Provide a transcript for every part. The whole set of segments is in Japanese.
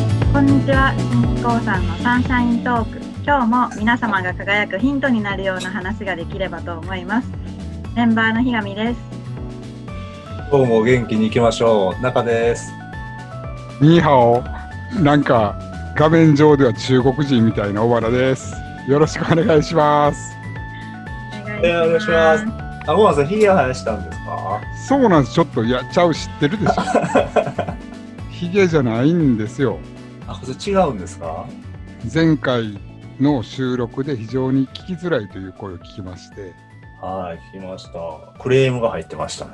ちは新機構さんのサンシャイントーク今日も皆様が輝くヒントになるような話ができればと思いますメンバーのひがみです今日も元気に行きましょう。中です。ニーハオ、なんか画面上では中国人みたいな小原です。よろしくお願いします。えーお願いしますあ、ごまさん、ヒゲ生やしたんですかそうなんです、ちょっとやっちゃう知っ てるでしょ。ヒゲじゃないんですよ。あ、それ違うんですか前回の収録で非常に聞きづらいという声を聞きまして、はい、聞きました。クレームが入ってましたね。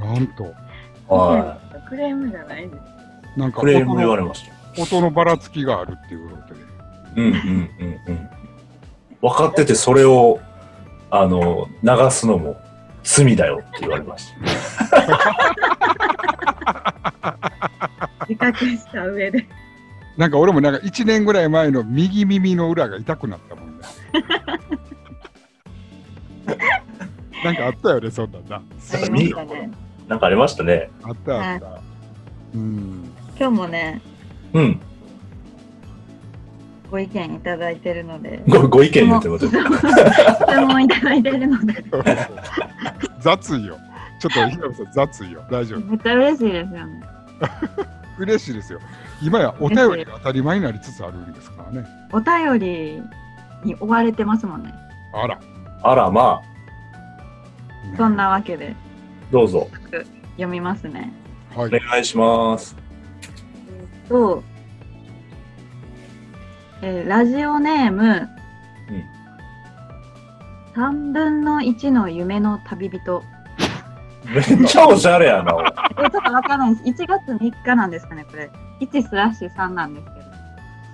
なんと、はクレームじゃないですなんい。かクレーム言わ音れのました。音のばらつきがあるっていうことで。うんうんうんうん。分かってて、それを、あの、流すのも罪だよって言われまし自覚した上でなんか俺もなんか1年ぐらい前の右耳の裏が痛くなったもん ね。なんかあったよね、そんなんな。ありましたねた。なんかありましたね。あったあった。うん。今日もねうん。ご意見いただいてるのでごご意見でということで。質問いただいてるので雑いよ。ちょっと、ひなみさん、雑いよ。大丈夫。めっちゃ嬉しいですよね嬉しいですよ。今やお便りが当たり前になりつつあるんですからね。お便りに追われてますもんねあら。あら、まあ、そんなわけでどうぞ。読みますねはおい。願いします。と、えーラジオネーム、うん3分の1の夢の旅人めっちゃおしゃれやな。えちょっとわからないです1月3日なんですかねこれ1スラッシュ3なんで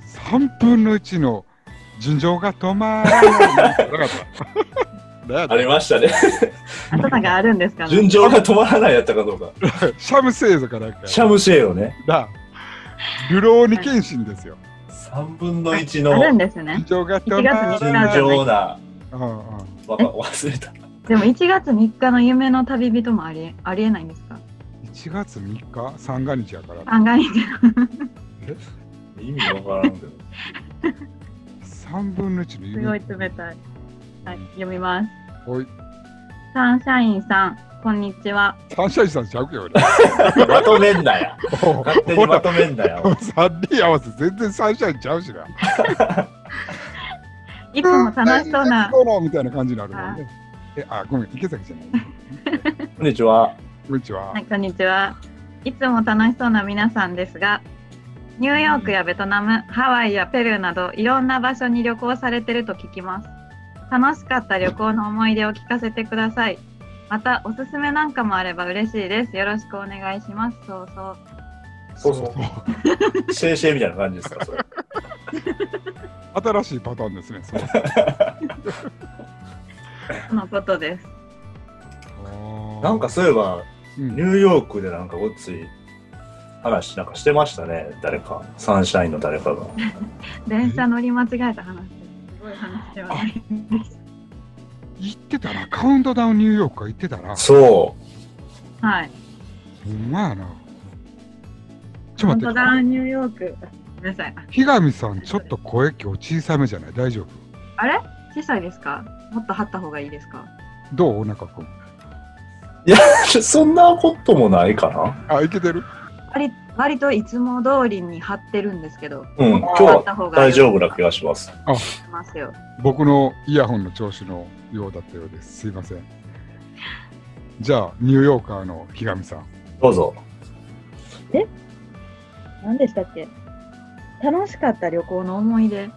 すけど3分の1の尋常が止ま らない。なかった。だ よありましたね。頭があるんですかね 順調が止まら ないやったかどうか。シャム製図かなんか。シャムシェイをね。だ。流浪に謙信ですよ。 3分の1あるんのですね尋常が止ま1ら月にな来い。た尋常な、うんうんわか忘れた。でも1月3日の夢の旅人もありありえないんですか1月3日、三が日やから。案外意味わからんけど。 3分の1のす夢。ごい冷たい、はい、読みますおい。サンシャインさんこんにちはサンシャインさんちゃうけどね。 まとめんなや。勝手にまとめんなよ。 3人合わせ全然サンシャインちゃうしな。いつも楽しそうなどうもみたいな感じになるもんね。え、あ、ごめん、池崎じゃない。こんにちは。こんにちは。はい、こんにちは。いつも楽しそうな皆さんですが、ニューヨークやベトナム、ハワイやペルーなどいろんな場所に旅行されてると聞きます。楽しかった旅行の思い出を聞かせてください。またおすすめなんかもあれば嬉しいです。よろしくお願いします。そうそう。そうそうシェイシェイみたいな感じですか、それ。新しいパターンですね。そうとのことです。なんか、そういえば、うニん、ューヨークでなんかごっつい話なんかしてましたね、誰か。サンシャインの誰かが。電車乗り間違えた話。すごい話ではない。行ってたな、カウントダウンニューヨークが行ってたな。そう。はい。ほんまやな。ちょ本っと当待だ、って、ニューヨーク。ごめんなさい。ひがみさん、ちょっと声今日小さめじゃない大丈夫あれ小さいですかもっと張った方がいいですかどうお中くん。 そんなこともないかな。あ、いけてる割割といつも通りに張ってるんですけど、うん、今日張っはた方が大丈夫な気がします。しますよ。僕のイヤホンの調子のようだったようです。すいません。じゃあ、ニューヨーカーのひがみさん。どうぞ。何でしたっけ楽しかった旅行の思い出。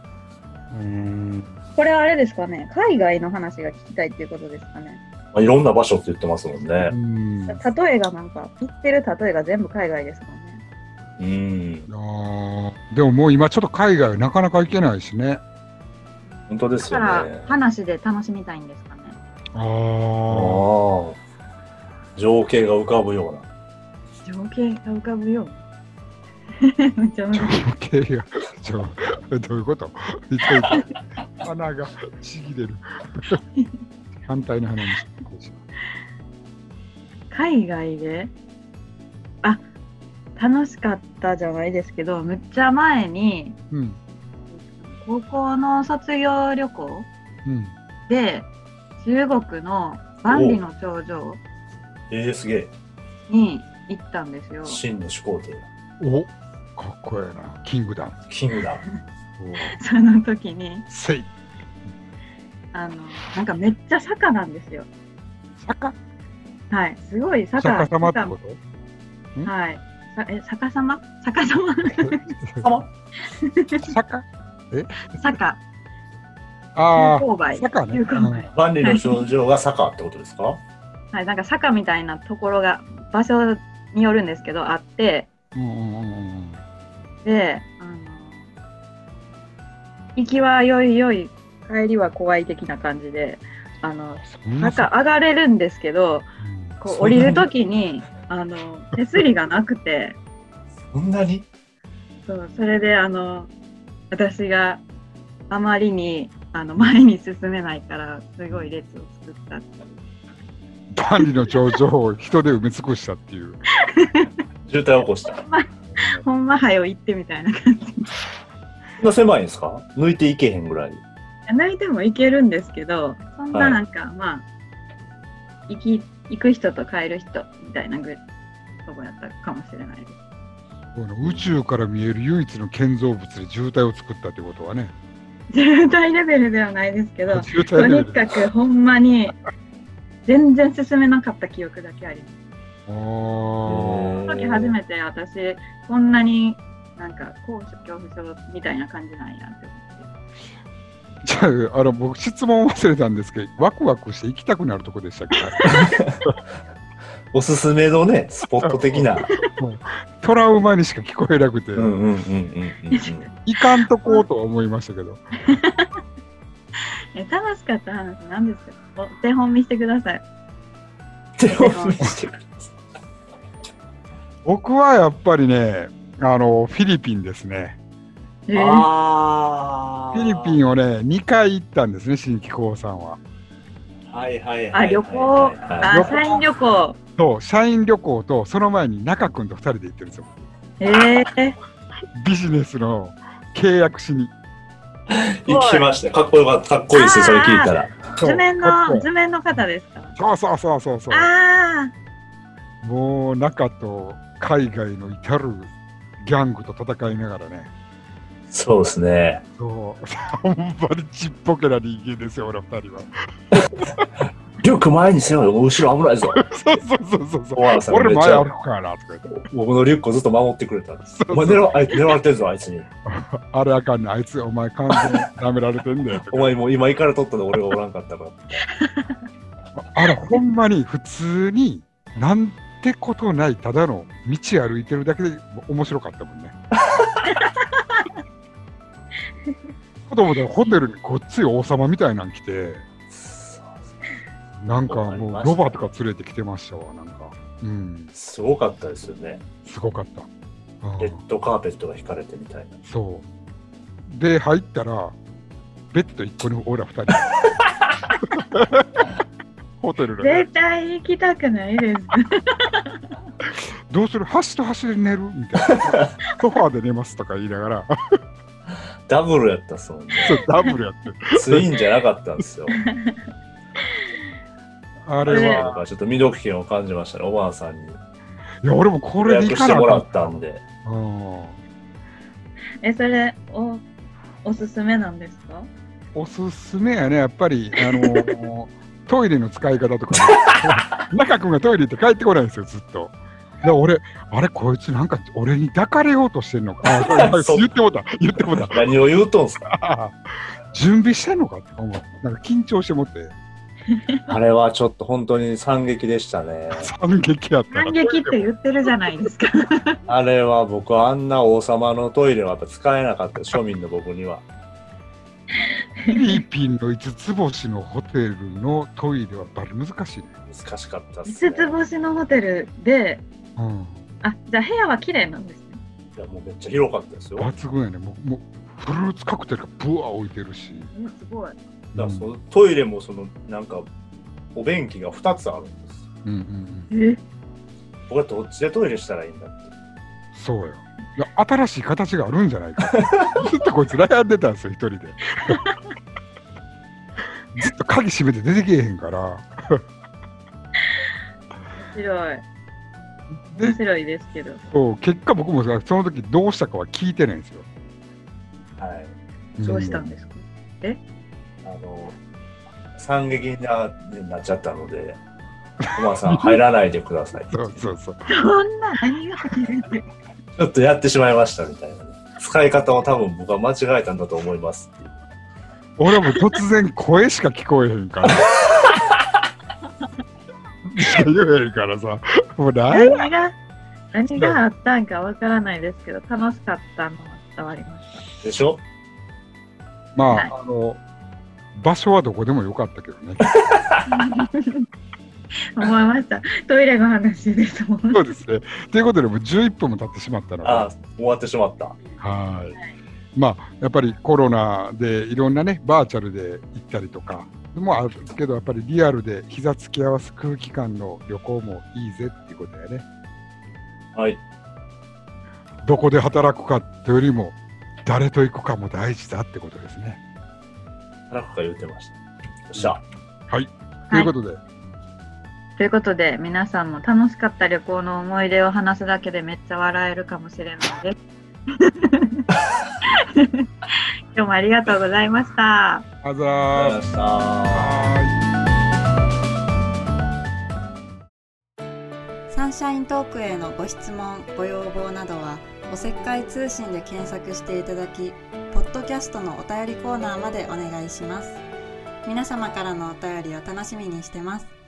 うん。これはあれですかね海外の話が聞きたいっていうことですかねまあ、いろんな場所って言ってますもんねう。ん。例えがなんか、言ってる例えが全部海外ですもんね。うん。あーでももう今ちょっと海外なかなか行けないしね。本当でだすかよね。ら話で楽しみたいんですかねああ。ああ。情景が浮かぶような。情景が浮かぶよ。 めっちゃ難しい情景が、ちょ、どういうこと痛い痛い鼻がちぎれる。反対の鼻にしましょ海外であ楽しかったじゃないですけどむっちゃ前にうん。高校の卒業旅行うん。で中国の万里の長城えー、すげえ。に行ったんですよ。真の始皇帝。おかっこええな。キングダム。キング だ。おその時にせい。あのなんかめっちゃ坂なんですよ。坂はい、すごい坂坂様ってこ坂はい。さえ逆さま逆さ まと坂坂あ急勾あ、配坂ね。急勾配万里の症状が坂ってことですかはい、なんか坂みたいなところが場所によるんですけどあってうんうんうんうんであの行きはよいよい帰りは怖い的な感じであのそんな坂坂。上がれるんですけどうんこそうう降りる時にあの手すりがなくてそんなにそうそれであの私があまりにあの前に進めないからすごい列を作ったっていう 万里の長城を人で埋め尽くしたっていう。渋滞を起こした。ほんまはよ行ってみたいな感じそんな狭いんですか抜いていけへんぐらい。泣いても行けるんですけどそんはないなんか、まあ行き行く人と帰る人みたいなぐとこやったかもしれないですこの宇宙から見える唯一の建造物で渋滞を作ったってことはね。 渋滞レベルではないですけど渋滞とレベにルかくほんまに全然進めなかった記憶だけありますあそーの時初めて私こんなになんか高所恐怖症みたいな感じなんやって思ってじゃあ、あの僕、質問忘れたんですけど、ワクワクして行きたくなるとこでしたから、おすすめのね、スポット的な。 トラウマにしか聞こえなく て、うんうんうんうんうんうん。いかんとこうとは思いましたけど、え楽しかった話なんですかお手本見してください手を振してくれ僕はやっぱりね、あのフィリピンですね。えー、あフィリピンをね、2回行ったんですね、新規高さんは。ン。はいはいあ旅行はあ社員旅行と、社員旅行と、その前に中君と2人で行ってるんですよ。えー、ビジネスの契約しに。い。行きました。かっこよかった。かっこいいですよ、それ聞いたら。図面そのう図面の方ですかそうそうそうそう。あもう中と海外の至るギャングと戦いながらね、そうですね。そう、ほんまにちっぽけな人間ですよ、俺二人は。リュック前にせよ、後ろ危ない ぞ。そうそうそうそうそう。小原さんが俺めっ前ち歩ゃくからなとか言って。僕のリュックをずっと守ってくれたんです。そうお前狙 わあいつ狙われてるぞ、あいつに。あれあかんねん、あいつお前完全に舐められてんだよとおか。前もう今行から取ったの俺がおらんかったから。あれほんまに普通になんてことないただの道歩いてるだけで面白かったもんね。子供でホテルにごっつい王様みたいなん来て。なんかもうロバとか連れてきてましたわ、なんか。うん、すごかったですよね。すごかった。うんレッドカーペットが引かれてみたいな。そう。で、入ったら、ベッド1個に俺ら2人。ホテルあで、ね、絶対行きたくないです どうする端と端で寝るみたいな。 ソファーで寝ますとか言いながら、 ダブルやったっすもんね。そうダブルやってる。ツインじゃなかったんです よ。ああれれはは、なんかちょっと未読権を感じましたね、おばあさんに。いや、俺もこ予れで約行しかてなもらかっったんで。た。うんえそれおおすすめなんですかおすすめやね、やっぱり、あのトイレの使い方とか、 中君がトイレ行って帰ってこないんですよ、ずっと。で俺、あれ、こいつなんか俺に抱かれようとしてんのか。あそう言ってもうた、言っても うた。何を言うとんすかあ準備してんのかって思う。なんか緊張してもって、あれはちょっと本当に惨劇でしたね。惨劇やったら反撃って言ってるじゃないですかあれは僕あんな王様のトイレはやっぱ使えなかった、庶民の僕には。フィリピンの5つ星のホテルのトイレはバリ難しいね。難しかったっ五すね。つ星のホテルでうん。あじゃあ部屋は綺麗なんですねいやもうめっちゃ広かったですよ。だか抜群やね。もう、もうフルーツカクテルがブワー置いてるし。うんすごいらそのトイレもそのなんかお便器が2つあるんです。うんうんうん。え僕はどっちでトイレしたらいいんだって。そうよ。いや新しい形があるんじゃないか。ずっと こいつ悩んでたんですよ、一人で。 ずっと鍵閉めて出てけえへんから。面白い。で面白いですけど。そう結果僕もさその時どうしたかは聞いてないんですよ。はい。どうしたんですすかあの、惨劇にななっちゃったので、コマさん入らないでください。 そうそうそう。そんな何が起きるんでちょっとやってしまいましたみたいなね。使い方を多分僕は間違えたんだと思いますっていう。俺も突然声しか聞こえへんから。しか言えへんからさ。もうなんや何が何があったんかわからないですけど、楽しかったのは伝わりましでしょまあ、はいあの、場所はどこでもよかったけどね。た。思いました。トイレの話ですもん。そうですね。ということで、もう11分も経ってしまったので。ああ、終わってしまった。はい。まあ、やっぱりコロナでいろんなね、バーチャルで行ったりとか、もあるけど、やっぱりリアルで膝つき合わす空気感の旅行もいいぜっていうことだよね。はい。どこで働くかというよりも、誰と行くかも大事だってことですね。田中が言ってました。よっしゃ。ということで、ということで、皆さんも楽しかった旅行の思い出を話すだけでめっちゃ笑えるかもしれないです。 今日もありがとうございました。あざありーがとうございました。はいサンシャイントークへのご質問ご要望などはおせっかい通信で検索していただきポッドキャストのお便りコーナーまでお願いします皆様からのお便りを楽しみにしてます